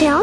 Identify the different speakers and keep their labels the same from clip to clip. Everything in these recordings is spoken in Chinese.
Speaker 1: 聊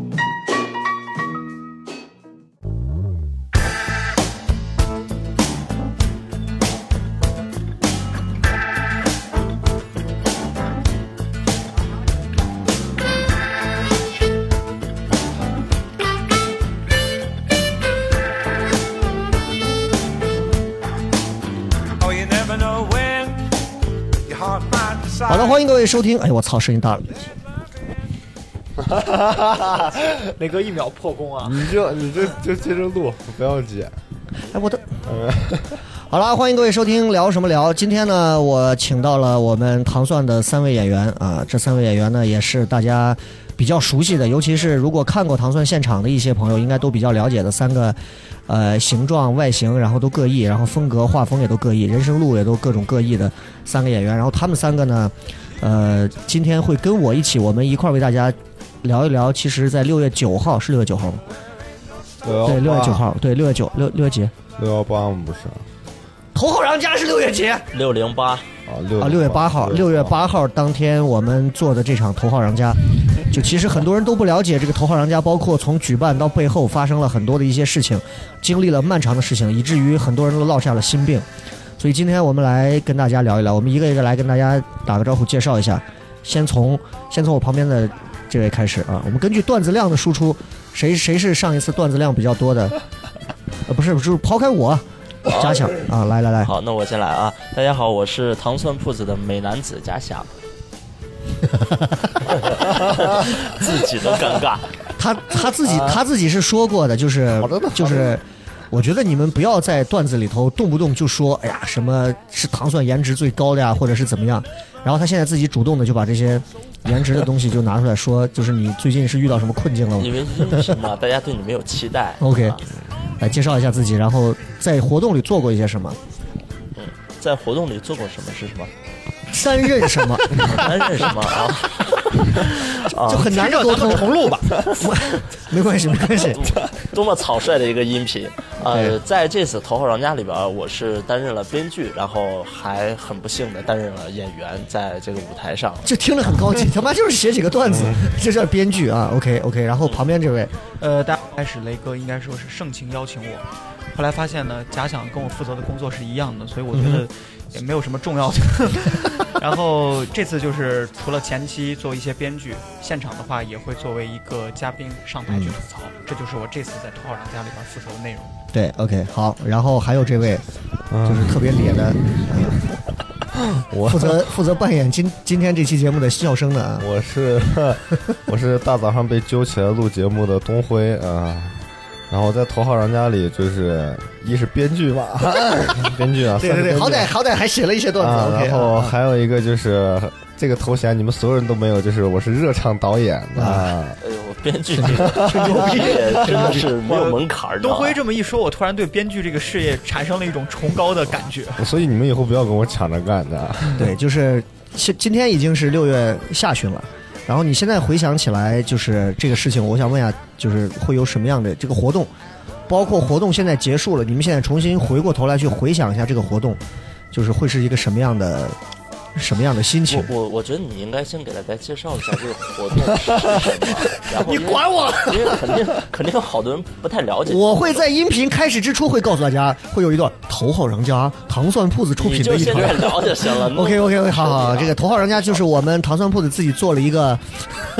Speaker 2: Oh, you never know when your heart might
Speaker 3: 好
Speaker 2: decide.
Speaker 3: 的，欢迎各位收听。哎呦，我操，声音大了。
Speaker 4: 雷哥一秒破功啊！
Speaker 5: 你就你就就接着录，不要急。
Speaker 3: 哎，我的。 好啦，欢迎各位收听聊什么聊。今天呢，我请到了我们糖蒜的三位演员啊，这三位演员呢也是大家比较熟悉的，尤其是如果看过糖蒜现场的一些朋友，应该都比较了解的三个，呃，形状、外形，然后都各异，然后风格、画风也都各异，人生路也都各种各异的三个演员。然后他们三个呢，呃，今天会跟我一起，我们一块儿为大家聊一聊。其实，在六月九号是六月九号吗？对，六月九号，对，六月九六六月几？
Speaker 5: 六幺八我们不是
Speaker 3: 头号玩家是六月几？啊，
Speaker 6: 六零八，
Speaker 5: 啊六
Speaker 3: 六月八号，六月八号当天我们做的这场头号玩家，就其实很多人都不了解这个头号玩家，包括从举办到背后发生了很多的一些事情，经历了漫长的事情，以至于很多人都落下了心病。所以今天我们来跟大家聊一聊，我们一个一个来跟大家打个招呼，介绍一下。先从先从我旁边的这位开始啊，我们根据段子量的输出，谁谁是上一次段子量比较多的？呃，不是，就是抛开我，假想啊，来来来，
Speaker 6: 好，那我先来啊！大家好，我是糖蒜铺子的美男子 假想，自己都尴尬。
Speaker 3: 他他自己他自己是说过啊的，就是就是，我觉得你们不要在段子里头动不动就说，哎呀，什么是糖蒜颜值最高的呀，或者是怎么样。然后他现在自己主动的就把这些颜值的东西就拿出来说，就是你最近是遇到什么困境了吗
Speaker 6: 因？为因什么？大家对你没有期待。
Speaker 3: OK
Speaker 6: 啊
Speaker 3: 来介绍一下自己，然后在活动里做过一些什么，
Speaker 6: 在活动里做过什么是什么？
Speaker 3: 担任什 么，
Speaker 6: 担任什么啊？啊
Speaker 3: 就很难的沟通。重录吧， 没关系没关系。
Speaker 6: 多么草率的一个音频！呃
Speaker 3: 对，
Speaker 6: 在这次《头号玩家》里边儿，我是担任了编剧，然后还很不幸的担任了演员，在这个舞台上。
Speaker 3: 就听着很高级，他妈就是写几个段子，这叫编剧啊。OK OK，然后旁边这位，
Speaker 4: 呃，大家开始雷哥应该说是盛情邀请我，后来发现呢，假想跟我负责的工作是一样的，所以我觉得也没有什么重要 的。然后这次就是除了前期做一些编剧，现场的话也会作为一个嘉宾上台去吐槽，这就是我这次在《头号玩家》里边负责的内容。
Speaker 3: 对，OK，好，然后还有这位，就
Speaker 5: 嗯
Speaker 3: 是特别咧 的，
Speaker 5: 我
Speaker 3: 负责负责扮演今今天这期节目的笑声的啊，
Speaker 5: 我是我是大早上被揪起来录节目的东辉啊。然后在《头号玩家》里，就是一是编剧嘛， 编剧啊，
Speaker 3: 对对对，好歹好歹还写了一些段
Speaker 5: 啊
Speaker 3: 子，，OK，
Speaker 5: 然后
Speaker 3: 啊
Speaker 5: 还有一个就是这个头衔，你们所有人都没有，就是我是热场导演啊，
Speaker 6: 哎呦，编剧这个也 真的是没有门槛儿的啊。
Speaker 4: 东辉这么一说，我突然对编剧这个事业产生了一种崇高的感觉。
Speaker 5: 所以你们以后不要跟我抢着干的。
Speaker 3: 对，就是现今天已经是六月下旬了，然后你现在回想起来，就是这个事情，我想问一下，就是会有什么样的这个活动，包括活动现在结束了，你们现在重新回过头来去回想一下这个活动，就是会是一个什么样的什么样的心情
Speaker 6: 我？我我觉得你应该先给大家介绍一下这个活动是什么， 然后因为
Speaker 3: 我！
Speaker 6: 因为肯定肯定有好多人不太了解。
Speaker 3: 我会在音频开始之初会告诉大家，会有一段头号玩家糖蒜铺子出
Speaker 6: 你
Speaker 3: 品
Speaker 6: 就
Speaker 3: 的一
Speaker 6: 现在
Speaker 3: 场。
Speaker 6: 聊 就行了。弄
Speaker 3: OK OK OK，好好，好这个头号玩家就是我们糖蒜铺子自己做了一个，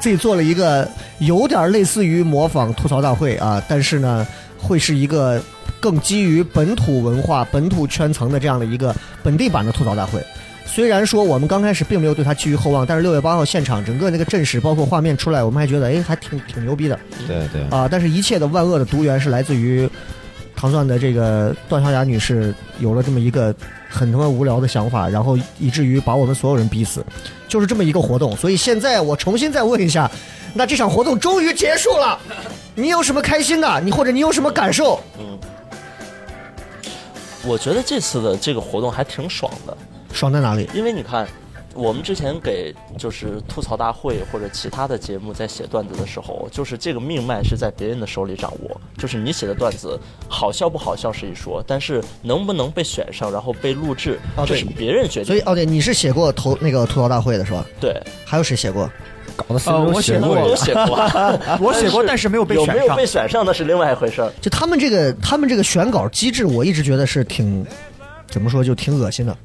Speaker 3: 自己做了一个有点类似于模仿吐槽大会啊，但是呢，会是一个更基于本土文化、本土圈层的这样的一个本地版的吐槽大会。虽然说我们刚开始并没有对它寄予厚望，但是六月八号现场整个那个阵势，包括画面出来，我们还觉得哎还挺挺牛逼的。
Speaker 5: 对对，
Speaker 3: 啊，但是一切的万恶的毒源是来自于糖蒜的这个段小雅女士有了这么一个很他妈无聊的想法，然后以至于把我们所有人逼死，就是这么一个活动。所以现在我重新再问一下，那这场活动终于结束了，你有什么开心的？你或者你有什么感受？
Speaker 6: 嗯，我觉得这次的这个活动还挺爽的，
Speaker 3: 爽在哪里？
Speaker 6: 因为你看，我们之前给就是吐槽大会或者其他的节目在写段子的时候，就是这个命脉是在别人的手里掌握，就是你写的段子好笑不好笑是一说，但是能不能被选上，然后被录制，
Speaker 3: 哦
Speaker 6: 这
Speaker 3: 对
Speaker 6: 是别人决
Speaker 3: 所
Speaker 6: 定
Speaker 3: 以。哦对，你是写过投那个吐槽大会的是吧？
Speaker 6: 对，
Speaker 3: 还有谁写过？
Speaker 5: 搞得心
Speaker 4: 呃
Speaker 5: 中
Speaker 4: 我写
Speaker 5: 写
Speaker 4: 过
Speaker 6: 我
Speaker 5: 过
Speaker 6: 都写过，
Speaker 4: 我写过，但是没有被
Speaker 6: 有没
Speaker 4: 选
Speaker 6: 有
Speaker 4: 上
Speaker 6: 被。选上那是另外一回事儿。
Speaker 3: 就他们这个他们这个选稿机制，我一直觉得是挺怎么说就挺恶心的。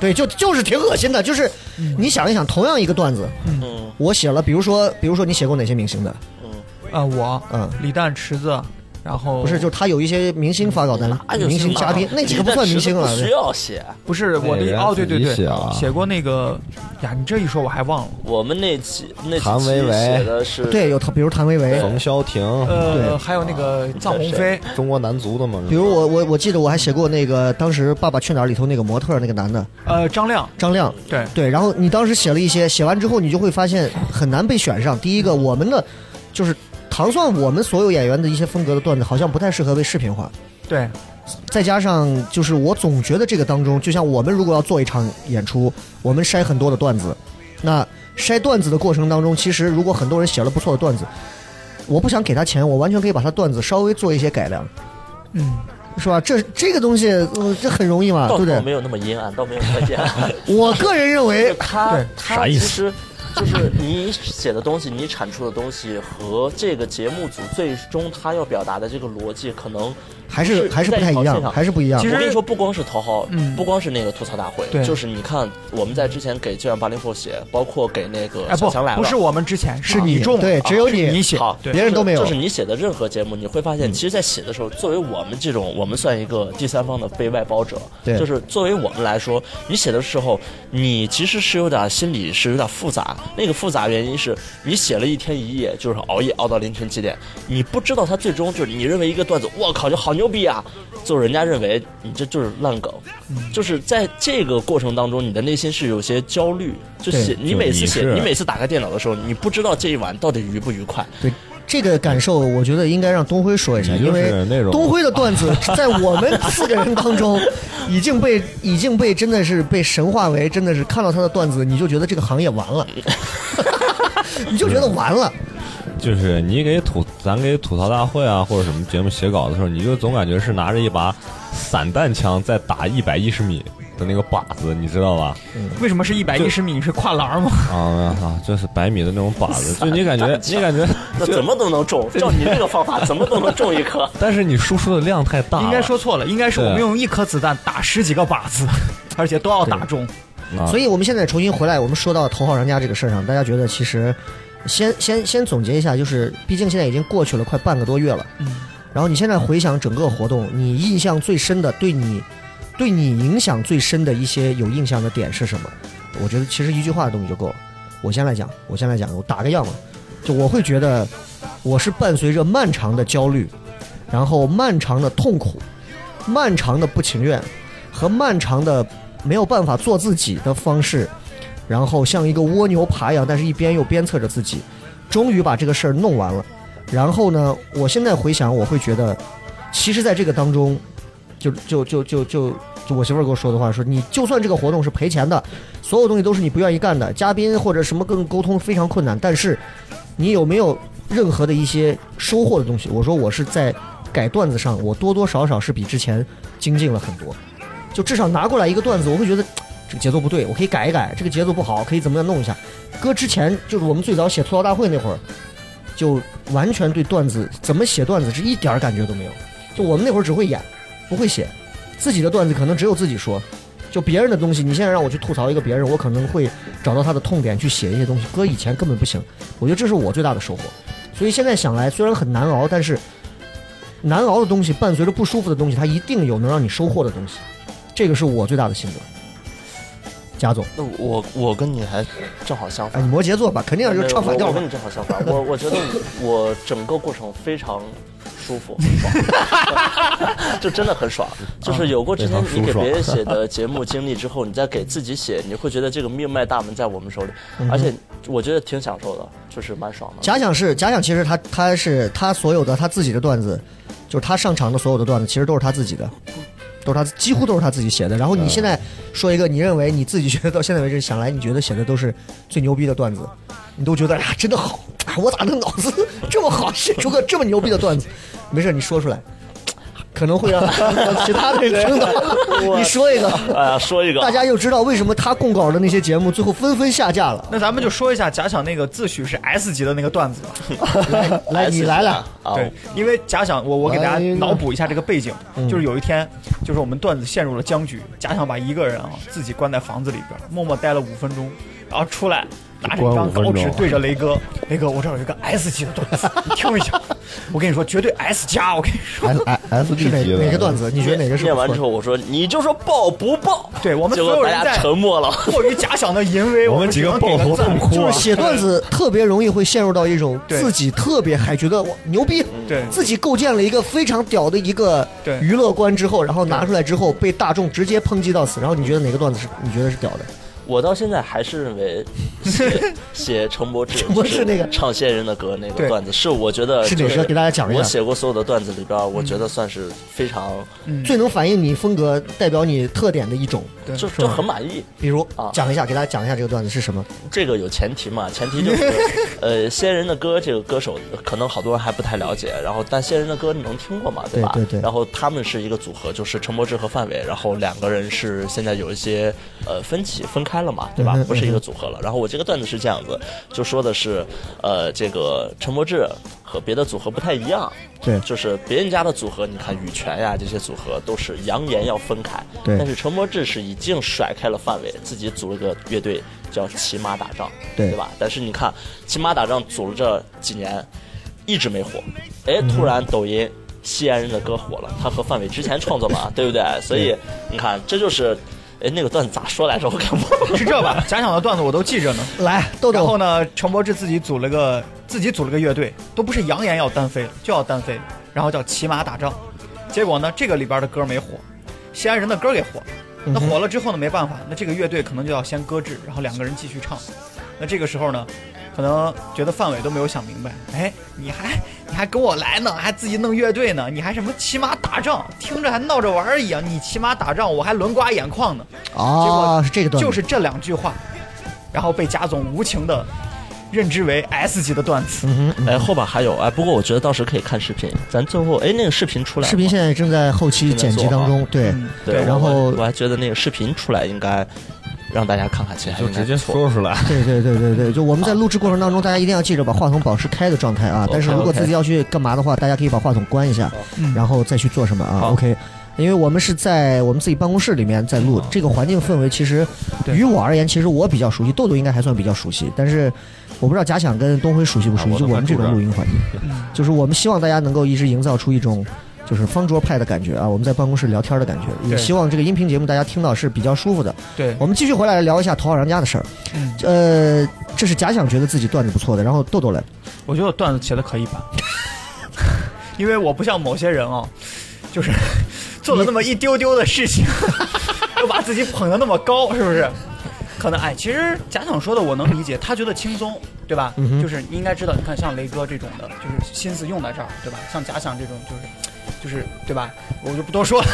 Speaker 3: 对，就就是挺恶心的，就是你想一想，同样一个段子，
Speaker 6: 嗯
Speaker 3: 我写了，比如说，比如说你写过哪些明星的？
Speaker 6: 嗯，
Speaker 4: 啊，我
Speaker 3: 嗯，
Speaker 4: 李诞、池子，然后
Speaker 3: 不是，就是他有一些明星发稿单，
Speaker 6: 那就
Speaker 3: 明星
Speaker 6: 行
Speaker 3: 嘉宾
Speaker 6: 了，
Speaker 3: 那几个不算明星啊了
Speaker 6: 不。需要写。
Speaker 4: 不是我
Speaker 5: 演
Speaker 4: 的
Speaker 5: 员
Speaker 4: 哦，对对
Speaker 5: 自己写
Speaker 4: 对
Speaker 5: 啊，
Speaker 4: 写过那个呀，你这一说我还忘了，
Speaker 6: 我们那期那
Speaker 5: 谭
Speaker 6: 几期
Speaker 5: 维维
Speaker 6: 写的是
Speaker 3: 对，对有他，比如谭维维，
Speaker 5: 冯潇霆，
Speaker 4: 呃，
Speaker 3: 对
Speaker 4: 还有那个臧鸿飞，
Speaker 5: 中国男足的嘛，
Speaker 3: 比如我我我记得我还写过那个当时《爸爸去哪儿》里头那个模特儿那个男的
Speaker 4: 呃，张亮，
Speaker 3: 张亮。
Speaker 4: 对，
Speaker 3: 对，然后你当时写了一些，写完之后你就会发现很难被选上。第一个，我们的就是糖蒜，我们所有演员的一些风格的段子好像不太适合被视频化。
Speaker 4: 对，
Speaker 3: 再加上就是我总觉得这个当中，就像我们如果要做一场演出，我们筛很多的段子，那筛段子的过程当中，其实如果很多人写了不错的段子，我不想给他钱，我完全可以把他段子稍微做一些改良，
Speaker 4: 嗯，
Speaker 3: 是吧？这这个东西、呃这很容易嘛，对
Speaker 6: 倒
Speaker 3: 不
Speaker 6: 倒
Speaker 3: 对
Speaker 6: 没？有那么阴暗，倒没有那么阴暗。
Speaker 3: 我个人认为
Speaker 6: 就，他
Speaker 4: 对
Speaker 6: 他
Speaker 5: 啥
Speaker 6: 其
Speaker 5: 意思
Speaker 6: 实就是你写的东西，你产出的东西和这个节目组最终他要表达的这个逻辑，可能
Speaker 3: 还是
Speaker 6: 是
Speaker 3: 还是不太一
Speaker 6: 在现
Speaker 3: 样，
Speaker 6: 场
Speaker 3: 还是不一样
Speaker 4: 其。实
Speaker 6: 我跟你说，不光是讨好，
Speaker 4: 嗯
Speaker 6: 不光是那个吐槽大会，
Speaker 4: 对
Speaker 6: 就是你看我们在之前给《就让八零后》写，包括给那个
Speaker 4: 哎
Speaker 6: 小
Speaker 4: 不
Speaker 6: 强来，了，
Speaker 4: 不是我们之前
Speaker 3: 是你
Speaker 4: 你中了，
Speaker 3: 对
Speaker 4: 啊
Speaker 3: 只有
Speaker 4: 是
Speaker 3: 你
Speaker 4: 你写
Speaker 6: 好，
Speaker 4: 对
Speaker 3: 别人都没有嗯
Speaker 6: 就是你写的任何节目，你会发现，其实，在写的时候，作为我们这种，我们算一个第三方的被外包者，
Speaker 3: 对
Speaker 6: 就是作为我们来说，你写的时候，你其实是有点心理是有点复杂。那个复杂原因是你写了一天一夜，就是熬夜熬到凌晨几点，你不知道他最终就是你认为一个段子，我靠，就好牛逼啊，就是人家认为你这就是烂梗，
Speaker 3: 嗯
Speaker 6: 就是在这个过程当中，你的内心是有些焦虑，就
Speaker 3: 对
Speaker 6: 写你
Speaker 5: 就
Speaker 6: 每次
Speaker 5: 你
Speaker 6: 写
Speaker 5: 是
Speaker 6: 你每次打开电脑的时候，你不知道这一晚到底愉不愉快。
Speaker 3: 对这个感受，我觉得应该让东辉说一下，
Speaker 5: 你就
Speaker 3: 因为
Speaker 5: 是啊那种
Speaker 3: 东辉的段子在我 们四个人当中，已经被已经被真的是被神化为，真的是看到他的段子，你就觉得这个行业完 了， 你就觉得完了。
Speaker 5: 就是你给吐，咱给吐槽大会啊，或者什么节目写稿的时候，你就总感觉是拿着一把散弹枪在打一百一十米的那个靶子，你知道吧？
Speaker 4: 为什么是一百一十米？你是跨栏吗？
Speaker 5: 啊啊，就是百米的那种靶子， 就你感觉，你感觉，
Speaker 6: 那怎么都能中，照你这个方法，怎么都能中一颗。
Speaker 5: 但是你输出的量太大了，
Speaker 4: 应该说错了，应该是我们
Speaker 5: 对
Speaker 4: 用一颗子弹打十几个靶 子，而且都要打中。
Speaker 5: 啊
Speaker 3: 所以我们现在重新回来，我们说到头号玩家这个事儿上，大家觉得其实先先先总结一下，就是毕竟现在已经过去了快半个多月了，
Speaker 4: 嗯，
Speaker 3: 然后你现在回想整个活动，你印象最深的，对你对你影响最深的一些有印象的点是什么？我觉得其实一句话的东西就够了。我先来讲，我先来讲，我打个样吧。就我会觉得，我是伴随着漫长的焦虑，然后漫长的痛苦，漫长的不情愿，和漫长的没有办法做自己的方式，然后像一个蜗牛爬一样，但是一边又鞭策着自己，终于把这个事儿弄完了。然后呢，我现在回想，我会觉得，其实在这个当中，就就就就就就我媳妇儿跟我说的话说，你就算这个活动是赔钱的，所有东西都是你不愿意干的，嘉宾或者什么跟沟通非常困难，但是你有没有任何的一些收获的东西？我说我是在改段子上，我多多少少是比之前精进了很多，就至少拿过来一个段子，我会觉得。这个节奏不对，我可以改一改。这个节奏不好，可以怎么样弄一下？搁之前就是我们最早写吐槽大会那会儿，就完全对段子怎么写段子是一点儿感觉都没有。就我们那会儿只会演，不会写，自己的段子可能只有自己说。就别人的东西，你现在让我去吐槽一个别人，我可能会找到他的痛点去写一些东西，搁以前根本不行。我觉得这是我最大的收获。所以现在想来，虽然很难熬，但是难熬的东西伴随着不舒服的东西，它一定有能让你收获的东西。这个是我最大的心得。贾总，
Speaker 6: 那我我跟你还正好相
Speaker 3: 哎，
Speaker 6: 反
Speaker 3: 你，摩羯座吧，肯定要就唱反
Speaker 6: 我
Speaker 3: 调
Speaker 6: 我
Speaker 3: 嘛
Speaker 6: 跟。你正好相反，我我觉得我整个过程非常舒 服，爽就真的很爽。就是有过之前
Speaker 5: 非常
Speaker 6: 你给
Speaker 5: 舒爽
Speaker 6: 别 人写的节目经历之后，你再给自己写，你会觉得这个命脉大门在我们手里，
Speaker 3: 嗯
Speaker 6: 而且我觉得挺享受的，就是蛮爽的。
Speaker 3: 假想是假想，其实他他是他所有的他自己的段子，就是他上场的所有的段子，其实都是他自己的。都是他几乎都是他自己写的。然后
Speaker 6: 嗯
Speaker 3: 你现在说一个你认为你自己觉得到现在为止想来你觉得写的都是最牛逼的段子，你都觉得哎呀真的好，哎我咋能脑子 这么好写出个这么牛逼的段子？没事，你说出来， 可能会让 其他的人 听到。你说一个，
Speaker 6: 哎呀，说一个，
Speaker 3: 大家又知道为什么他供稿的那些节目最后纷纷下架 了。
Speaker 4: 那咱们就说一下假想那个自诩是 S 级的那个段子吧。
Speaker 3: 来，你来了，
Speaker 6: 啊，
Speaker 4: 对，因为假想我我给大家
Speaker 5: 哎
Speaker 3: 来一个
Speaker 4: 脑补一下这个背景，
Speaker 5: 嗯
Speaker 4: 就是有一天，就是我们段子陷入了僵局，假想把一个人啊自己关在房子里边，默默待了五分钟，然后出来。拿着一
Speaker 5: 关
Speaker 4: 张稿
Speaker 5: 五分钟
Speaker 4: 纸对着雷哥，雷哥，我这儿有一个 S 级的段子， 你听一下。我跟你说，绝对 S 加，我跟你说。
Speaker 5: S 哎 S
Speaker 3: 是
Speaker 5: D
Speaker 3: 哪
Speaker 5: 级的
Speaker 3: 哪个段子？你觉得哪个是不
Speaker 6: 念完
Speaker 3: 错
Speaker 6: 之后，我说你就说爆不爆？
Speaker 4: 对我们
Speaker 6: 结
Speaker 4: 所有
Speaker 6: 果
Speaker 4: 人
Speaker 6: 大家
Speaker 4: 在
Speaker 6: 沉默了。
Speaker 4: 过于假想的 淫威，
Speaker 5: 我
Speaker 4: 我
Speaker 5: 们几
Speaker 4: 只
Speaker 5: 个
Speaker 4: 能给
Speaker 5: 抱头
Speaker 4: 赞
Speaker 5: 痛哭
Speaker 3: 就
Speaker 5: 啊
Speaker 3: 是写段子特别容易会陷入到一种
Speaker 4: 对
Speaker 3: 自己特别还觉得哇牛逼，
Speaker 4: 对
Speaker 3: 自己构建了一个非常屌的一个
Speaker 4: 对
Speaker 3: 娱乐观之后，然后拿出来之后被大众直接抨击到死，然后你觉得哪个段子是你觉得是屌的？
Speaker 6: 我到现在还是认为 写写陈柏志，
Speaker 3: 陈柏志那个
Speaker 6: 就是唱仙人的歌那
Speaker 4: 对
Speaker 6: 个段子，是我觉得
Speaker 3: 是哪
Speaker 6: 就是
Speaker 3: 个给大家讲一下嗯
Speaker 6: 我写过所有的段子里边儿，我觉得算是非常
Speaker 4: 嗯
Speaker 3: 最能反映你风格、代表你特点的一种，
Speaker 6: 就是就
Speaker 3: 吗
Speaker 6: 很满意。
Speaker 3: 比如
Speaker 6: 啊
Speaker 3: 讲一下，给大家讲一下这个段子是什么？
Speaker 6: 这个有前 提嘛，前提就是呃仙人的歌这个歌手可能好多人还不太了解，然后但仙人的歌你能听过嘛，吧？
Speaker 3: 对对对
Speaker 6: 然后他们是一个组合，就是陈柏志和范伟，然后两个人是现在有一些呃分歧分开了嘛，对吧
Speaker 3: 嗯哼？
Speaker 6: 不是一个组合了。然后我这个段子是这样子，就说的是呃这个陈柏志和别的组合不太一样，
Speaker 3: 对
Speaker 6: 就是别人家的组合，你看羽泉呀这些组合都是扬言要分开，
Speaker 3: 对
Speaker 6: 但是陈柏志是已经甩开了范围，自己组了个乐队叫骑马打仗，
Speaker 3: 对
Speaker 6: 吧？但是你看骑马打仗组了这几年，一直没火，哎，突然抖音。西安人的歌火了，他和范伟之前创作嘛， 对不对？所以你看，这就是，哎，那个段子咋说来着？我给忘了。
Speaker 4: 是这吧？假想的段子我都记着呢。
Speaker 3: 来，豆
Speaker 4: 然后
Speaker 3: 豆，
Speaker 4: 呢，陈柏志自己组了个自己组了个乐队，都不是扬言要单飞了，就要单飞了，然后叫骑马打仗。结果呢，这个里边的歌没火，西安人的歌给火了。那火了之后呢，没办法，那这个乐队可能就要先搁置，然后两个人继续唱。那这个时候呢，可能觉得范伟都没有想明白，哎，你还你还跟我来呢，还自己弄乐队呢，你还什么骑马打仗，听着还闹着玩儿一样，你骑马打仗，我还轮刮眼眶呢。结
Speaker 3: 啊，
Speaker 4: 果
Speaker 3: 是这个段子，
Speaker 4: 就是这两句话，然后被贾总无情的认知为 S 级的段子。
Speaker 3: 嗯
Speaker 6: 哎，后边还有哎，不过我觉得到时可以看视频，咱最后哎那个视频出来了吗，
Speaker 3: 视频现在正在后期剪辑当中，对，
Speaker 4: 嗯
Speaker 6: 对，
Speaker 3: 然后
Speaker 6: 我我还觉得那个视频出来应该让大家看看，其实还
Speaker 5: 就
Speaker 6: 应该
Speaker 5: 直接
Speaker 6: 不错
Speaker 5: 说出来。
Speaker 3: 对对对对对，就我们在录制过程当中，大家一定要记着把话筒保持开的状态啊。
Speaker 5: 哦
Speaker 6: OK，
Speaker 3: 但是如果
Speaker 6: OK
Speaker 3: 自己要去干嘛的话，大家可以把话筒关一下，然后再去做什么啊
Speaker 6: 好
Speaker 3: ？OK。因为我们是在我们自己办公室里面在录，
Speaker 5: 哦
Speaker 3: 这个环境氛围其实于我而言，其实我比较熟悉，豆豆应该还算比较熟悉，但是我不知道假想跟东辉熟悉不熟
Speaker 5: 啊
Speaker 3: 悉，
Speaker 5: 我
Speaker 3: 就
Speaker 5: 都
Speaker 3: 我们这
Speaker 5: 快嗯
Speaker 3: 种
Speaker 5: 住
Speaker 3: 录音环 境。就是我们希望大家能够一直营造出一种就是方桌派的感觉啊，我们在办公室聊天的感觉，也
Speaker 4: 对
Speaker 3: 希望这个音频节目大家听到是比较舒服的。
Speaker 4: 对，
Speaker 3: 我们继续回来聊一下《头号玩家》的事儿。呃，这是假想觉得自己段子不错的，然后豆豆来，
Speaker 4: 我觉得我段子写的可以吧， 因为我不像某些人哦，就是做了那么一丢丢的事 情，又把自己捧得那么高，是不是？可能哎，其实贾总说的我能理解，他觉得轻松，对吧？
Speaker 3: 嗯哼
Speaker 4: 就是你应该知道，你看像雷哥这种的，就是心思用在这儿，对吧？像贾想这种，就是就是对吧？我就不多说了。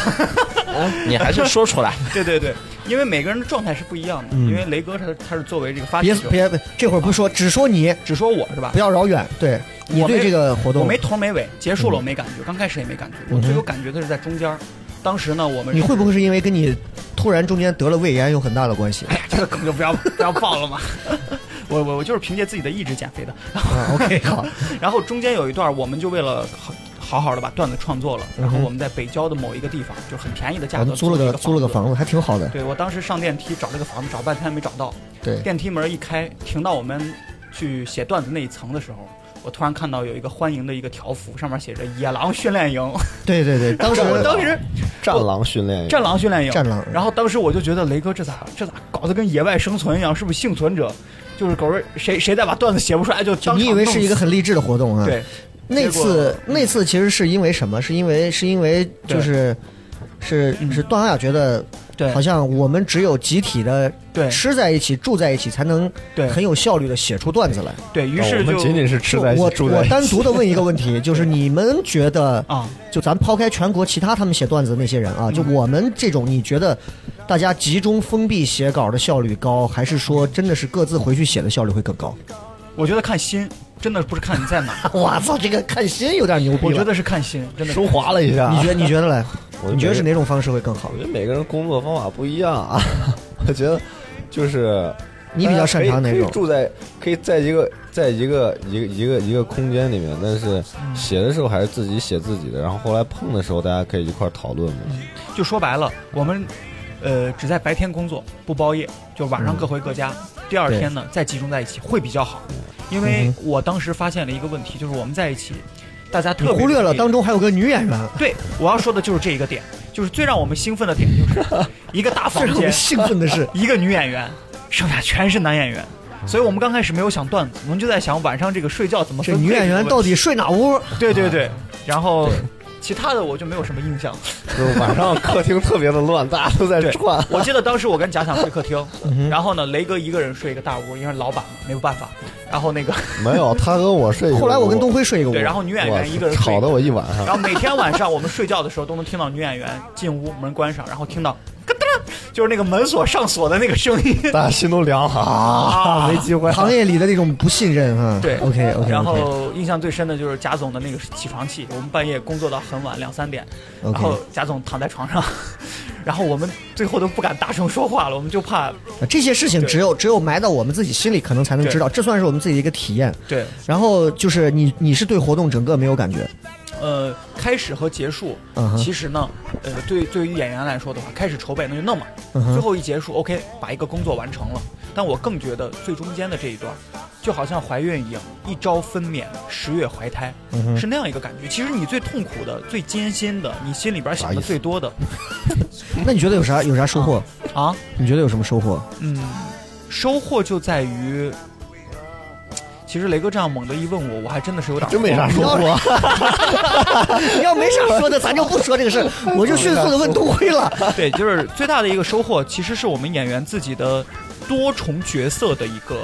Speaker 6: 你还是说出来。
Speaker 4: 对对对，因为每个人的状态是不一样的。因为雷哥他他是作为这个发起
Speaker 3: 嗯别别，
Speaker 4: 者，
Speaker 3: 别这会儿不说，只说你，
Speaker 4: 只说我是吧
Speaker 3: 不？要绕远。对你
Speaker 4: 我没
Speaker 3: 对这个活
Speaker 4: 我
Speaker 3: 动嗯
Speaker 4: 没，头没尾，结束了我没感觉，刚开始也没感觉，我最有感觉的是在中间儿。当时呢，我们
Speaker 3: 你会不会是因为跟你突然中间得了胃炎有很大的关系？
Speaker 4: 哎呀，这个 梗就不要不要爆了嘛。 我我我就是凭借自己的意志减 肥的。
Speaker 3: 啊，OK，好，
Speaker 4: 然后中间有一段，我们就为了好好好的把段子创作了，然后
Speaker 3: 嗯哼
Speaker 4: 我们在北郊的某一个地方，就很便宜的价
Speaker 3: 我
Speaker 4: 格
Speaker 3: 们租了个
Speaker 4: 一
Speaker 3: 租了个
Speaker 4: 子。
Speaker 3: 房子，还挺好的。
Speaker 4: 对我当时上电梯找这个房子，找半天没找到，
Speaker 3: 对，
Speaker 4: 电梯门一开，停到我们去写段子那一层的时候，我突然看到有一个欢迎的一个条幅，上面写着“野狼训练营
Speaker 3: 对对对，”。当时 啊
Speaker 4: 我当时
Speaker 5: 战狼训练
Speaker 4: 战狼训练营，
Speaker 3: 战狼
Speaker 4: 然后当时我就觉得雷哥这咋这咋搞得跟野外生存一样？是不是幸存者？就是狗日谁谁再把段子写不出来就
Speaker 3: 就
Speaker 4: 当
Speaker 3: 你以
Speaker 4: 场
Speaker 3: 为
Speaker 4: 弄
Speaker 3: 是一个
Speaker 4: 死
Speaker 3: 很励志的活动啊？
Speaker 4: 对，
Speaker 3: 那次那次其实是因为什么？是因为是因为就是是
Speaker 4: 嗯
Speaker 3: 是段小雅觉得
Speaker 4: 对
Speaker 3: 好像我们只有集体的
Speaker 4: 对
Speaker 3: 吃在一起、住在一起，才能
Speaker 4: 对
Speaker 3: 很有效率的写出段子来。
Speaker 4: 对于
Speaker 5: 啊我
Speaker 4: 是
Speaker 5: 们
Speaker 4: 就
Speaker 5: 仅仅是吃
Speaker 3: 就
Speaker 5: 在一起
Speaker 3: 我
Speaker 5: 住在
Speaker 3: 我
Speaker 5: 一
Speaker 3: 单
Speaker 5: 起
Speaker 3: 独的问一个问题，就是你们觉得，
Speaker 4: 啊，
Speaker 3: 就咱抛开全国其他他们写段子的那些人啊，就我们这种，你觉得大家集中封闭写稿的效率高，还是说真的是各自回去写的效率会更高？
Speaker 4: 我觉得看心，真的不是看你在 哪儿，
Speaker 3: 我操，这个看心有点牛逼了。
Speaker 4: 我觉得是看心，真的是。
Speaker 5: 升华了
Speaker 6: 啊
Speaker 5: 一下。
Speaker 3: 你觉得你觉得嘞？
Speaker 5: 我呃
Speaker 3: 你觉得是
Speaker 5: 每个
Speaker 3: 哪
Speaker 5: 人？
Speaker 3: 种方式会更好
Speaker 5: 我？觉得每个人工作方法不一样啊。我觉得就是哎
Speaker 3: 你比较擅长哪
Speaker 5: 可以
Speaker 3: 种
Speaker 5: 可以？住在可以在一个在一个一个一个一个空间里面，但是
Speaker 3: 嗯
Speaker 5: 写的时候还是自己写自己的，然后后来碰的时候大家可以一块儿讨论嘛。
Speaker 4: 就说白了，我们呃只在白天工作，不包夜，就晚
Speaker 3: 嗯
Speaker 4: 上各回各家。第二天呢，再集中在一起会比较好，因为
Speaker 3: 嗯
Speaker 4: 我当时发现了一个问题，就是我们在一起，大家特
Speaker 3: 你
Speaker 4: 别
Speaker 3: 忽略了
Speaker 4: 容易
Speaker 3: 当中还有个女演员，
Speaker 4: 对我要说的就是这一个点，就是最让我们兴奋的点，就是 一个 大
Speaker 3: 最
Speaker 4: 房
Speaker 3: 让
Speaker 4: 间，
Speaker 3: 我，兴奋的是
Speaker 4: 一个女演员，剩下全是男演员。所以我们刚开始没有想段子，我们就在想晚上这个睡觉怎么
Speaker 3: 这
Speaker 4: 分配
Speaker 3: 女演
Speaker 4: 这个
Speaker 3: 员
Speaker 4: 问
Speaker 3: 到
Speaker 4: 题
Speaker 3: 底睡哪屋？
Speaker 4: 对对对，然后其他的我就没有什么印象。
Speaker 5: 就是 晚上客厅特别的乱，大家都在
Speaker 4: 对
Speaker 5: 转。
Speaker 4: 我记得当时我跟贾想睡客厅，
Speaker 5: 嗯
Speaker 3: 哼
Speaker 4: 然后呢，雷哥一个人睡一个大屋，因为是老板嘛，没有办法。然后那 个
Speaker 5: 没有，他跟我 睡一个屋。
Speaker 3: 后来我跟东辉睡一个屋，
Speaker 4: 对，然后女演
Speaker 5: 哇
Speaker 4: 员一个人睡
Speaker 5: 吵得我一晚上
Speaker 4: 然。后每天晚上我们睡觉的时候都能听到女演员进屋门关上，然后听到咯噔，就是那个门锁上锁的那个声音。
Speaker 5: 大家心都凉了啊，没机会了。
Speaker 3: 行业里的那种不信任哈。
Speaker 4: 对
Speaker 3: ，OK OK。
Speaker 4: 然后印象最深的就是贾总的那个起床气，我们半夜工作到很晚，两三点，然
Speaker 3: OK
Speaker 4: 后贾总躺在床上， 然后我们最后都不敢大声说话了，我们就怕
Speaker 3: 这些事情只有只有埋到我们自己心里，可能才能
Speaker 4: 对
Speaker 3: 知道，这算是我们自己的一个体验。
Speaker 4: 对，
Speaker 3: 然后就是你你是对活动整个没有感觉，
Speaker 4: 呃，开始和结束
Speaker 3: 嗯哼
Speaker 4: 其实呢，呃，对对于演员来说的话，开始筹备那就弄嘛，
Speaker 3: 嗯
Speaker 4: 最
Speaker 3: 哼，
Speaker 4: 后一结束，OK，把一个工作完成了。但我更觉得最中间的这一段，就好像怀孕一样，一朝分娩，十月怀胎，
Speaker 3: 嗯哼
Speaker 4: 是那样一个感觉。其实你最痛苦的、最艰辛的，你心里边想的最多的
Speaker 3: 那你觉得有啥有啥收获？
Speaker 4: 啊，
Speaker 3: 你觉得有什么收获？
Speaker 4: 嗯，收获就在于。其实雷哥这样猛地一问我，我还真的是有点
Speaker 5: 真没啥
Speaker 4: 慌
Speaker 5: 收获，
Speaker 3: 你要没啥说的，咱就不说这个事儿，我就迅速的问东辉了。
Speaker 4: 对，就是最大的一个收获，其实是我们演员自己的多重角色的一个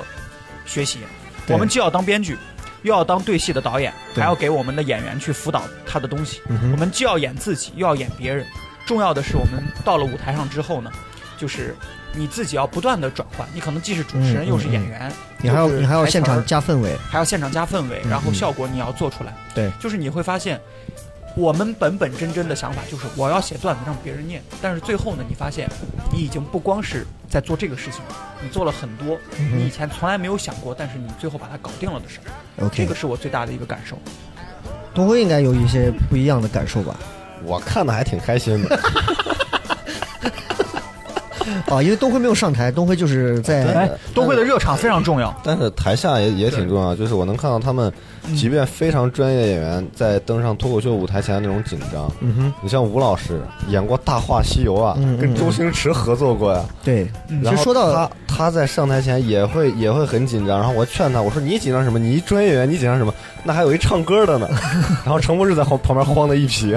Speaker 4: 学习。
Speaker 3: 对
Speaker 4: 我们既要当编剧，又要当对戏的导演，
Speaker 3: 对
Speaker 4: 还要给我们的演员去辅导他的东西。
Speaker 3: 嗯哼
Speaker 4: 我们既要演自己，又要演别人。重要的是，我们到了舞台上之后呢，就是你自己要不断的转换。你可能既是主持
Speaker 3: 嗯
Speaker 4: 人，
Speaker 3: 嗯
Speaker 4: 又是演
Speaker 3: 嗯
Speaker 4: 员，
Speaker 3: 你还要
Speaker 4: 就是
Speaker 3: 你还要
Speaker 4: 台词
Speaker 3: 现
Speaker 4: 儿
Speaker 3: 场加氛围，
Speaker 4: 还要现场加氛围，然后效果你要做出来。
Speaker 3: 对，
Speaker 4: 就是你会发现，我们本本真真的想法就是我要写段子让别人念，但是最后呢，你发现你已经不光是在做这个事情了，你做了很多
Speaker 3: 哼
Speaker 4: 你以前从来没有想过，但是你最后把它搞定了的事儿。这
Speaker 3: OK，
Speaker 4: 个是我最大的一个感受。
Speaker 3: 东辉应该有一些不一样的感受吧？
Speaker 5: 我看的还挺开心 的。
Speaker 3: 啊，因为东辉没有上台，东辉就是在
Speaker 4: 哎，东辉的热场非常重要。
Speaker 5: 但是台下也也挺重要，就是我能看到他们，
Speaker 3: 嗯
Speaker 5: 即便非常专业的演员在登上脱口秀舞台前的那种紧张。
Speaker 3: 嗯哼，
Speaker 5: 你像吴老师演过《大话西游》啊
Speaker 3: 嗯嗯，
Speaker 5: 跟周星驰合作过呀。
Speaker 3: 对。其
Speaker 5: 然
Speaker 3: 实
Speaker 5: 后
Speaker 3: 说到
Speaker 5: 他，他在上台前也会也会很紧张。然后我劝他，我说你紧张什么？你一专业演员，你紧张什么？那还有一唱歌 的呢。然后陈博士在旁旁边慌的一批。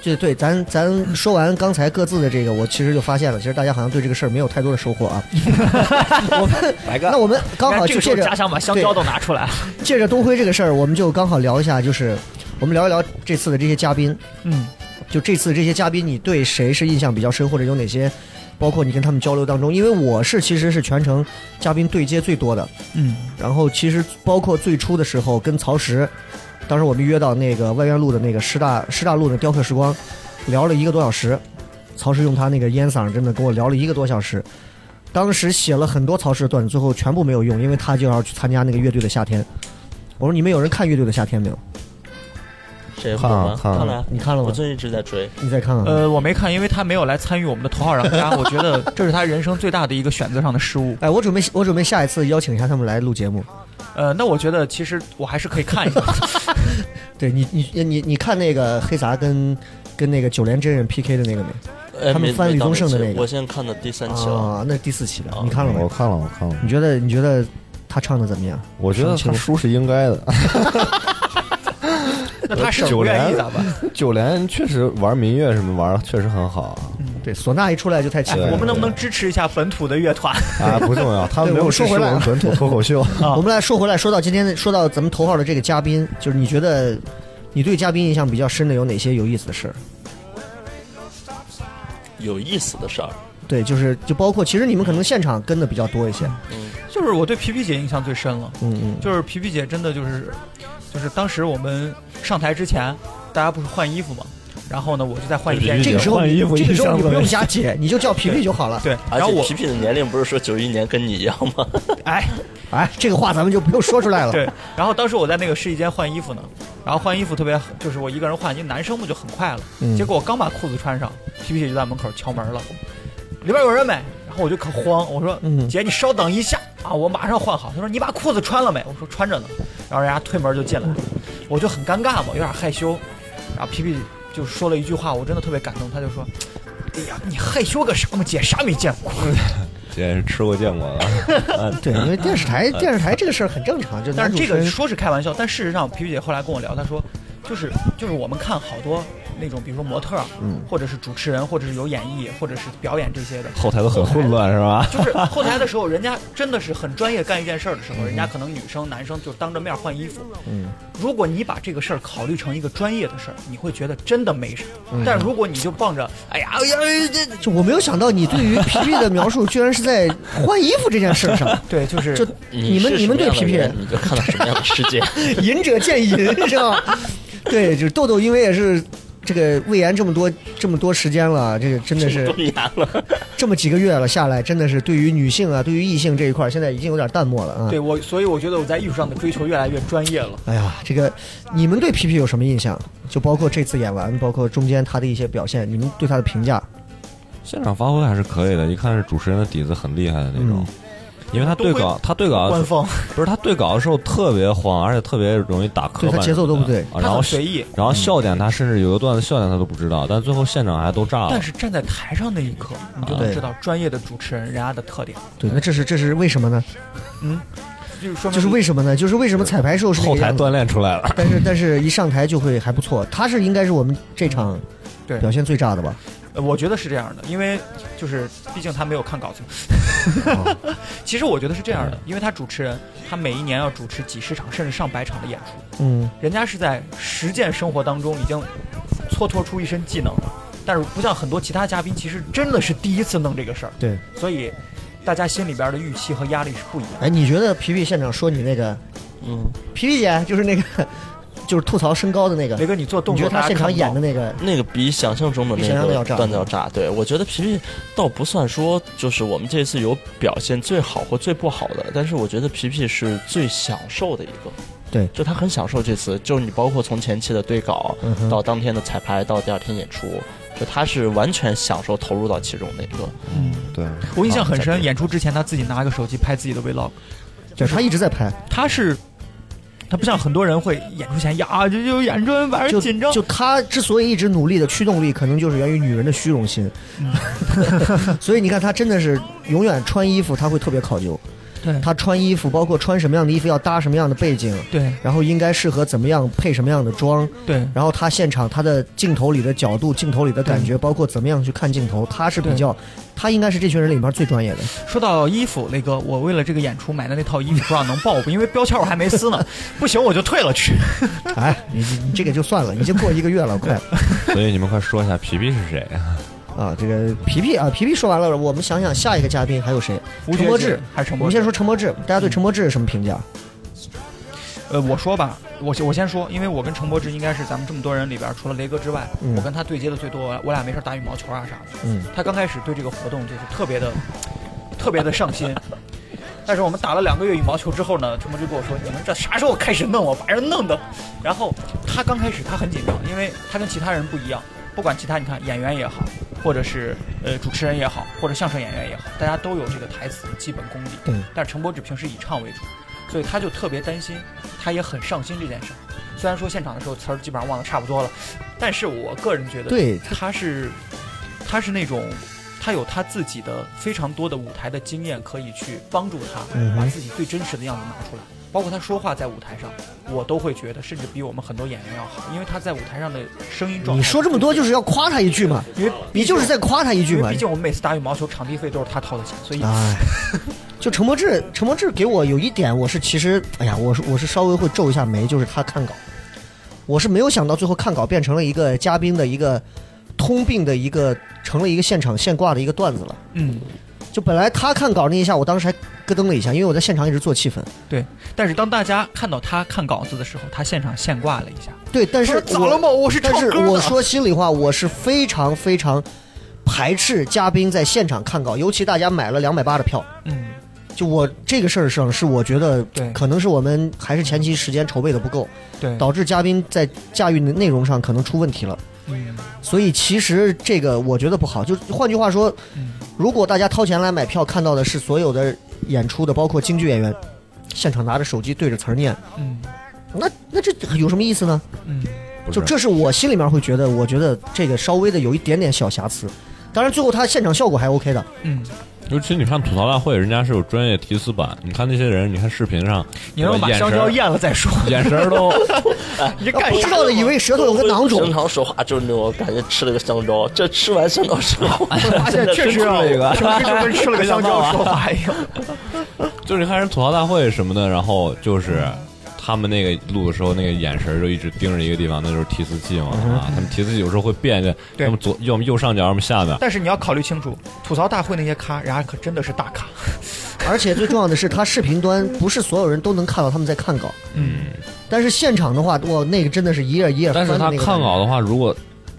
Speaker 3: 这对咱咱说完刚才各自的这个，我其实就发现了，其实大家好像对这个事儿没有太多的收获啊。我们
Speaker 5: 白干
Speaker 3: 那我们刚好就
Speaker 4: 这个时候
Speaker 3: 借着
Speaker 4: 家乡把香
Speaker 3: 对
Speaker 4: 蕉都拿出来。
Speaker 3: 借着东辉这个事儿，我们就刚好聊一下，就是我们聊一聊这次的这些嘉宾，
Speaker 4: 嗯，
Speaker 3: 就这次这些嘉宾，你对谁是印象比较深，或者有哪些，包括你跟他们交流当中，因为我是其实是全程嘉宾对接最多的，
Speaker 4: 嗯，
Speaker 3: 然后其实包括最初的时候跟曹石，当时我们约到那个外院路的那个师大师大路的雕刻时光，聊了一个多小时，曹石用他那个烟嗓真的跟我聊了一个多小时。当时写了很多曹石的段子，最后全部没有用，因为他就要去参加那个乐队的夏天。我说你们有人看乐队的夏天没有？
Speaker 6: 谁
Speaker 5: 看啊看啊
Speaker 6: 看了，
Speaker 3: 你看了
Speaker 6: 我
Speaker 3: 吗？
Speaker 6: 最近一直在追。
Speaker 3: 你再看看。
Speaker 4: 呃，我没看，因为他没有来参与我们的头号玩家，我觉得这是他人生最大的一个选择上的失误。
Speaker 3: 哎，我准备我准备下一次邀请一下他们来录节目。
Speaker 4: 呃，那我觉得其实我还是可以看一 下。
Speaker 3: 对你你你你看那个黑杂跟跟那个九连真人 PK 的那个没？
Speaker 6: 哎
Speaker 3: 他们
Speaker 6: 没
Speaker 3: 翻
Speaker 6: 没
Speaker 3: 李
Speaker 6: 到
Speaker 3: 宗盛的
Speaker 6: 期
Speaker 3: 那个
Speaker 6: 我现在看的第三期了。
Speaker 3: 啊，那是第四期了
Speaker 6: 啊，
Speaker 3: 你看了
Speaker 5: 我
Speaker 3: 吗？
Speaker 5: 看了，我看了。
Speaker 3: 你觉得你觉得他唱的怎么样？
Speaker 5: 我觉得他输是应该 的。
Speaker 4: 那他是
Speaker 5: 九
Speaker 4: 不愿意
Speaker 5: 连
Speaker 4: 咋办？
Speaker 5: 九连确实玩民乐什么玩的确实很好啊。
Speaker 3: 对，唢呐一出来就太奇怪了。
Speaker 4: 我们能不能支持一下本土的乐团？
Speaker 5: 啊，不重要，他
Speaker 3: 对
Speaker 5: 们没
Speaker 3: 我们
Speaker 5: 有
Speaker 3: 说
Speaker 5: 支持
Speaker 3: 回来
Speaker 5: 我们
Speaker 3: 啊
Speaker 5: 本土脱口 秀。
Speaker 3: 我们来说回来，说到今天，说到咱们头号的这个嘉宾，就是你觉得你对嘉宾印象比较深的有哪些有意思的事儿？
Speaker 6: 有意思的事儿。
Speaker 3: 对，就是就包括，其实你们可能现场跟的比较多一些。
Speaker 4: 就是我对皮皮姐印象最深了，
Speaker 3: 嗯嗯，
Speaker 4: 就是皮皮姐真的就是，就是当时我们上台之前，大家不是换衣服嘛，然后呢，我就在换一件
Speaker 5: 皮皮
Speaker 3: 这
Speaker 5: 姐
Speaker 3: 个时候
Speaker 5: 换衣服
Speaker 3: 这个时候
Speaker 5: 印象
Speaker 3: 你不用
Speaker 5: 最
Speaker 3: 加姐，你就叫皮皮就好了。
Speaker 4: 对，
Speaker 6: 而
Speaker 4: 然后
Speaker 6: 且
Speaker 4: 我
Speaker 6: 皮皮的年龄不是说九一年跟你一样吗？
Speaker 4: 哎
Speaker 3: 哎，这个话咱们就不用说出来了。
Speaker 4: 对，然后当时我在那个试衣间换衣服呢，然后换衣服特别就是我一个人换，因为男生嘛就很快了，
Speaker 3: 嗯
Speaker 4: 结果我刚把裤子穿上，皮皮姐就在门口敲门了，里边有人没？然后我就可慌，我说、
Speaker 3: 嗯
Speaker 4: 姐你稍等一下啊，我马上换好。她说你把裤子穿了没？我说穿着呢。然后人家推门就进来了，我就很尴尬嘛，有点害羞。然后皮皮就说了一句话，我真的特别感动，他就说。哎呀，你害羞个什么？姐啥没见过？
Speaker 5: 姐是吃过见过的，
Speaker 3: 对，因为电视台电视台这个事儿很正常，就男
Speaker 4: 但是
Speaker 3: 主
Speaker 4: 这个
Speaker 3: 持人
Speaker 4: 说是开玩笑，但事实上，皮皮姐后来跟我聊，她说，就是就是我们看好多那种，比如说模特儿，啊
Speaker 3: 嗯
Speaker 4: 或者是主持人，或者是有演绎，或者是表演这些的，
Speaker 5: 后台都很混乱是吧？
Speaker 4: 就是后台的时候，人家真的是很专业干一件事儿的时候，人家可能女生、男生就当着面换衣服。
Speaker 3: 嗯，
Speaker 4: 如果你把这个事儿考虑成一个专业的事儿，你会觉得真的没什么。但如果你就傍着，哎呀，哎呀，哎这
Speaker 3: 就我没有想到你对于皮皮的描述居然是在换衣服这件事上。
Speaker 4: 对，就是
Speaker 3: 就你们
Speaker 6: 是
Speaker 3: 你
Speaker 6: 什么
Speaker 3: 们对
Speaker 6: 样的
Speaker 3: 皮皮
Speaker 6: 人你就看到什么样的世界。
Speaker 3: 仁者见仁，是吧？对，就是豆豆，因为也是这个胃炎这么多这么多时间了，这个真 的是
Speaker 6: 多年了，
Speaker 3: 这么几个月了下来，真的是对于女性啊，对于异性这一块儿，现在已经有点淡漠了啊。
Speaker 4: 对，我，所以我觉得我在艺术上的追求越来越专业了。
Speaker 3: 哎呀，这个你们对皮皮有什么印象？就包括这次演完，包括中间他的一些表现，你们对他的评价？
Speaker 5: 现场发挥还是可以的，一看是主持人的底子很厉害的那种
Speaker 3: 嗯。
Speaker 5: 因为他对
Speaker 4: 都
Speaker 5: 稿，他对稿
Speaker 4: 官方，
Speaker 5: 不是他对稿的时候特别慌，而且特别容易打磕
Speaker 3: 对
Speaker 5: 绊什么的。
Speaker 3: 他节奏都不对
Speaker 5: 啊
Speaker 4: 他
Speaker 5: 然
Speaker 4: 很
Speaker 5: 后
Speaker 4: 随意，
Speaker 5: 然后笑点他甚至有的段子笑点他都不知道，但最后现场还都炸了
Speaker 4: 但。是站在台上那一刻，你就能
Speaker 3: 对
Speaker 4: 知道专业的主持人人家的特点，
Speaker 3: 对，那这是这是为什么呢？
Speaker 4: 就是说明
Speaker 3: 就是为什么呢？就是为什么彩排时候是那
Speaker 5: 后
Speaker 3: 个
Speaker 5: 台
Speaker 3: 样子
Speaker 5: 锻炼出来 了，
Speaker 3: 但是但是一上台就会还不错，他是应该是我们这场
Speaker 4: 对
Speaker 3: 表现最炸的吧？
Speaker 4: 呃我觉得是这样的，因为就是毕竟他没有看稿子 嘛。其实我觉得是这样的，因为他主持人，他每一年要主持几十场甚至上百场的演出，
Speaker 3: 嗯，
Speaker 4: 人家是在实践生活当中已经蹉跎出一身技能了。但是不像很多其他嘉宾，其实真的是第一次弄这个事儿，
Speaker 3: 对。
Speaker 4: 所以大家心里边的预期和压力是不一样的。
Speaker 3: 哎，你觉得皮皮现场说你那个，
Speaker 6: 嗯，
Speaker 3: 皮皮姐就是那个， 就是吐槽身高的那个
Speaker 4: 雷，哥，你做动
Speaker 3: 你觉
Speaker 4: 作，
Speaker 3: 得他
Speaker 4: 大家
Speaker 3: 现场
Speaker 4: 看不到
Speaker 3: 演的那个，
Speaker 6: 那个比想象中的
Speaker 3: 比想
Speaker 6: 那
Speaker 3: 象的要
Speaker 6: 个
Speaker 3: 炸
Speaker 6: 段子要炸。对，我觉得皮皮倒不算说就是我们这次有表现最好或最不好的，但是我觉得皮皮是最享受的一个。
Speaker 3: 对
Speaker 6: 就他很享受这次，就你包括从前期的对稿
Speaker 3: 嗯哼
Speaker 6: 到当天的彩排到第二天演出，就他是完全享受投入到其中的一个。
Speaker 5: 对，
Speaker 4: 我印象很
Speaker 3: 啊
Speaker 6: 好再
Speaker 4: 深，
Speaker 6: 见
Speaker 4: 演出之前他自己拿个手机拍自己的 vlog，
Speaker 3: 对他一直在拍，
Speaker 4: 他是他不像很多人会演出前呀，就就演出晚
Speaker 3: 就
Speaker 4: 上紧张，
Speaker 3: 就他之所以一直努力的驱动力，可能就是源于女人的虚荣心， 所以你看他真的是永远穿衣服他会特别考究，
Speaker 4: 对
Speaker 3: 他穿衣服包括穿什么样的衣服要搭什么样的背景，
Speaker 4: 对
Speaker 3: 然后应该适合怎么样配什么样的妆，
Speaker 4: 对
Speaker 3: 然后他现场他的镜头里的角度、镜头里的感觉，包括怎么样去看镜头，他是比
Speaker 4: 对
Speaker 3: 较，他应该是这群人里面最专业的。
Speaker 4: 说到衣服，雷哥，我为了这个演出买的那套衣服，不知道能报不？因为标签我还没撕呢，不行我就退了去。
Speaker 3: 哎，你你这个就算了，已经过一个月了，快
Speaker 5: 所以你们快说一下皮皮是谁？
Speaker 3: 啊！这个皮皮啊，皮皮说完了，我们想想下一个嘉宾还有谁？
Speaker 4: 吴
Speaker 3: 陈
Speaker 4: 觉
Speaker 3: 柏
Speaker 4: 志
Speaker 3: 志
Speaker 4: 还是陈
Speaker 3: 我
Speaker 4: 柏
Speaker 3: 们
Speaker 4: 志？
Speaker 3: 先说陈柏志，大家对陈柏志有什么评价？
Speaker 4: 呃，我说吧，我先我先说，因为我跟陈柏志应该是咱们这么多人里边，除了雷哥之外，
Speaker 3: 嗯
Speaker 4: 我跟他对接的最多。我俩没事打羽毛球啊啥的。
Speaker 3: 嗯，
Speaker 4: 他刚开始对这个活动就是特别的，特别的上心。但是我们打了两个月羽毛球之后呢，陈柏志跟我说：“你们这啥时候开始弄我，把人弄的。”然后他刚开始他很紧张，因为他跟其他人不一样，不管其他你看演员也好，或者是呃主持人也好，或者相声演员也好，大家都有这个台词的基本功底。
Speaker 3: 对
Speaker 4: 但陈柏志平时以唱为主，所以他就特别担心，他也很上心这件事儿。虽然说现场的时候词儿基本上忘得差不多了，但是我个人觉得
Speaker 3: 对他
Speaker 4: 他是他是那种他有他自己的非常多的舞台的经验可以去帮助他
Speaker 3: 嗯哼
Speaker 4: 把自己最真实的样子拿出来。包括他说话在舞台上，我都会觉得甚至比我们很多演员要好，因为他在舞台上的声音状态。
Speaker 3: 嗯你说这么多就是要夸他一句 嘛，
Speaker 4: 因为
Speaker 3: 你就是在夸他一句
Speaker 4: 因
Speaker 3: 嘛
Speaker 4: 为毕。竟我们每次打羽毛球场地费都是他掏的钱，所以
Speaker 3: 哎，就陈柏志，陈柏志给我有一点，我是其实，哎呀，我是我是稍微会皱一下眉，就是他看稿，我是没有想到最后看稿变成了一个嘉宾的一个通病的一个，成了一个现场现挂的一个段子了。
Speaker 4: 嗯，
Speaker 3: 就本来他看稿那一下，我当时还咯噔了一下，因为我在现场一直做气氛。
Speaker 4: 对。但是当大家看到他看稿子的时候，他现场现挂了一下。
Speaker 3: 对，但是
Speaker 4: 不是咋了吗
Speaker 3: 我
Speaker 4: 我是
Speaker 3: 但
Speaker 4: 唱
Speaker 3: 是
Speaker 4: 歌呢
Speaker 3: 我说心里话，我是非常非常排斥嘉宾在现场看稿，尤其大家买了两百八的票。
Speaker 4: 嗯，
Speaker 3: 就我这个事儿上，是我觉得
Speaker 4: 对
Speaker 3: 可能是我们还是前期时间筹备的不够，
Speaker 4: 对。
Speaker 3: 导致嘉宾在驾驭内容上可能出问题了。
Speaker 4: 嗯
Speaker 3: 所以其实这个我觉得不好。就换句话说，
Speaker 4: 嗯
Speaker 3: 如果大家掏钱来买票，看到的是所有的演出的，包括京剧演员，现场拿着手机对着词儿念，
Speaker 4: 嗯
Speaker 3: 那那这有什么意思呢？
Speaker 4: 嗯，
Speaker 5: 不是
Speaker 3: 就这是我心里面会觉得，我觉得这个稍微的有一点点小瑕疵。当然，最后他现场效果还 OK 的。
Speaker 4: 嗯，
Speaker 5: 尤其你看吐槽大会，人家是有专业提词板，你看那些人，你看视频上，
Speaker 4: 你让我把
Speaker 5: 眼
Speaker 4: 香
Speaker 5: 神
Speaker 4: 蕉
Speaker 5: 儿
Speaker 4: 咽了再说。
Speaker 5: 眼神儿都，
Speaker 4: 你这干
Speaker 3: 不
Speaker 4: 啥
Speaker 3: 知？道的以为舌头有个囊
Speaker 6: 经
Speaker 3: 肿，
Speaker 6: 常说话就是那种感觉吃了个香蕉，这吃完香蕉之后，
Speaker 3: 哎
Speaker 4: 发现确
Speaker 3: 啊
Speaker 4: 实让我是不是就跟 吃了个香蕉说话一样？
Speaker 5: 就是你看人吐槽大会什么的，然后就是他们那个录的时候，那个眼神儿就一直盯着一个地方，那就是提词器嘛啊，他们提词器有时候会变的，
Speaker 4: 嗯对
Speaker 5: 要么左，要么右上角，要么下边。
Speaker 4: 但是你要考虑清楚，吐槽大会那些咖，人家可真的是大咖。
Speaker 3: 而且最重要的是，他视频端不是所有人都能看到他们在看稿。
Speaker 4: 嗯，
Speaker 3: 但是现场的话，哇，那个真的是一页一页翻
Speaker 5: 但
Speaker 3: 的
Speaker 5: 是
Speaker 3: 那
Speaker 5: 他
Speaker 3: 个
Speaker 5: 看
Speaker 3: 感觉
Speaker 5: 稿的话，如果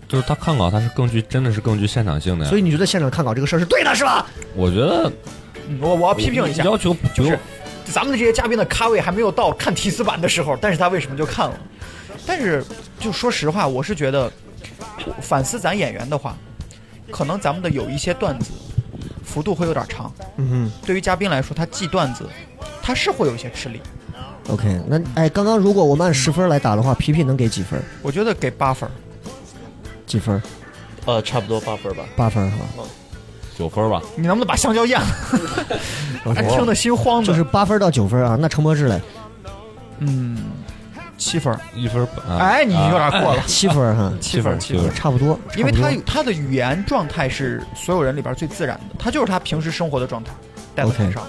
Speaker 5: 就是他看稿，他是更具，真的是更具现场性的呀。
Speaker 3: 所以你觉得现场看稿这个事儿是对的，是吧？
Speaker 5: 我觉得
Speaker 4: 嗯我我要批评一下，
Speaker 5: 要求不
Speaker 4: 就
Speaker 5: 用
Speaker 4: 是咱们的这些嘉宾的咖位还没有到看提词板的时候，但是他为什么就看了？但是就说实话，我是觉得我反思咱演员的话，可能咱们的有一些段子幅度会有点长，
Speaker 3: 嗯
Speaker 4: 对于嘉宾来说，他记段子他是会有一些吃力。
Speaker 3: 哼，OK，那哎，刚刚如果我们按十分来打的话，皮皮能给几分？
Speaker 4: 我觉得给八分儿，
Speaker 3: 几分？
Speaker 6: 呃，差不多八分吧。
Speaker 3: 八分哈，
Speaker 5: 九分吧。
Speaker 4: 你能不能把香蕉咽了？
Speaker 3: 我
Speaker 4: 哎听得心慌的。
Speaker 3: 就是八分到九分啊。那陈柏志嘞，
Speaker 4: 嗯，七分儿。
Speaker 5: 一分半。
Speaker 4: 哎，你有点过了。
Speaker 3: 七分哈，
Speaker 4: 七分儿，七
Speaker 5: 七分
Speaker 4: 分
Speaker 5: 儿
Speaker 4: 儿。
Speaker 3: 差不多。
Speaker 4: 因为
Speaker 3: 差不
Speaker 4: 他
Speaker 3: 多
Speaker 4: 他的语言状态是所有人里边最自然的，他就是他平时生活的状态，带到台上。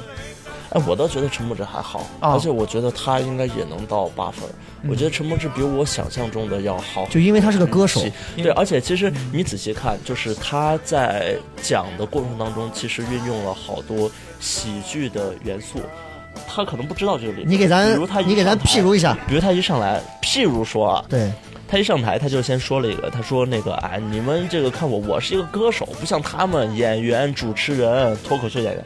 Speaker 6: 哎，我倒觉得陈柏芝还好，
Speaker 3: 哦
Speaker 4: 啊
Speaker 6: 而且我觉得他应该也能到八分。
Speaker 4: 嗯
Speaker 6: 我觉得陈柏芝比我想象中的要好。
Speaker 3: 就因为他是个歌手，
Speaker 4: 因
Speaker 6: 对，
Speaker 4: 为
Speaker 6: 而且其实你仔细看，就是他在讲的过程当中，其实运用了好多喜剧的元素。他可能不知道这个理论，
Speaker 3: 你给咱
Speaker 6: 比如他一
Speaker 3: 你给咱
Speaker 6: 上台
Speaker 3: 譬如一下，
Speaker 6: 比如他一上来，譬如说啊，
Speaker 3: 对，
Speaker 6: 他一上台，他就先说了一个，他说那个哎，你们这个看我，我是一个歌手，不像他们演员、主持人、脱口秀演员，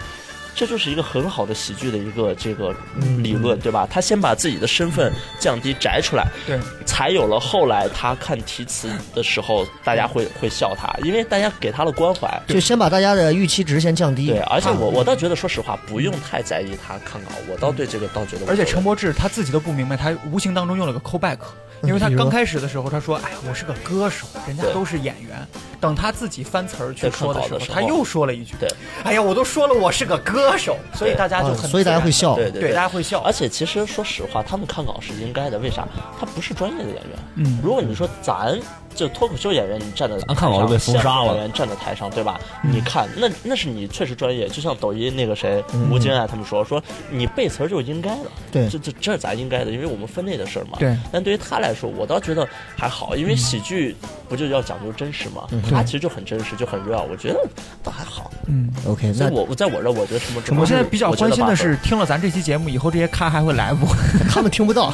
Speaker 6: 这就是一个很好的喜剧的一个这个
Speaker 4: 嗯
Speaker 6: 理论，对吧？他先把自己的身份降低摘出来，
Speaker 4: 对，
Speaker 6: 才有了后来他看题词的时候，大家会会笑他，因为大家给他了关怀。
Speaker 3: 就先把大家的预期值先降低。
Speaker 6: 对，而且我
Speaker 3: 啊
Speaker 6: 我倒觉得，说实话，不用太在意他看稿，我倒对这个倒觉得无所谓。
Speaker 4: 而且陈柏志他自己都不明白，他无形当中用了个 callback，因为他
Speaker 6: 哎
Speaker 3: 嗯比如
Speaker 4: 刚开始的时候他说：“哎，我是个歌手，人家都是演员。”等他自己翻词儿去说的时
Speaker 6: 在看稿
Speaker 4: 候，
Speaker 6: 的时候
Speaker 4: 他又说了一句
Speaker 6: 对：“哎
Speaker 4: 哎呀，我都说了我是个歌手。”所以大家
Speaker 3: 啊
Speaker 4: 就很自然地，
Speaker 3: 所以大家会笑。
Speaker 6: 对
Speaker 4: 对，
Speaker 6: 对，
Speaker 4: 大家会笑
Speaker 6: 而。且其实说实话，他们看稿是应该的，为啥？他不是专业的演员。
Speaker 4: 嗯
Speaker 6: 如果你说咱就脱口秀演员，你站在
Speaker 5: 咱看稿都被封杀了
Speaker 6: 相声演员站在台上，对吧？你看，那那是你确实专业，就像抖音那个谁吴京啊，他们说说你背词儿就应该的，
Speaker 3: 对
Speaker 6: 这这这是咱应该的，因为我们分内的事儿嘛。
Speaker 4: 对
Speaker 6: 但对于他来说，我倒觉得还好，因为喜剧不就要讲究真实嘛？他其实就很真实，就很 real，我觉得倒还好。
Speaker 4: 嗯，
Speaker 3: OK，
Speaker 6: 所
Speaker 3: 那
Speaker 6: 以我我在我这儿，我觉得什么？
Speaker 4: 我现在比较
Speaker 6: 我觉得
Speaker 4: 关心
Speaker 6: 八
Speaker 4: 的
Speaker 6: 分
Speaker 4: 是，听了咱这期节目以后，这些咖还会来不？
Speaker 3: 他们听不到。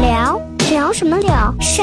Speaker 1: 聊聊什么聊？什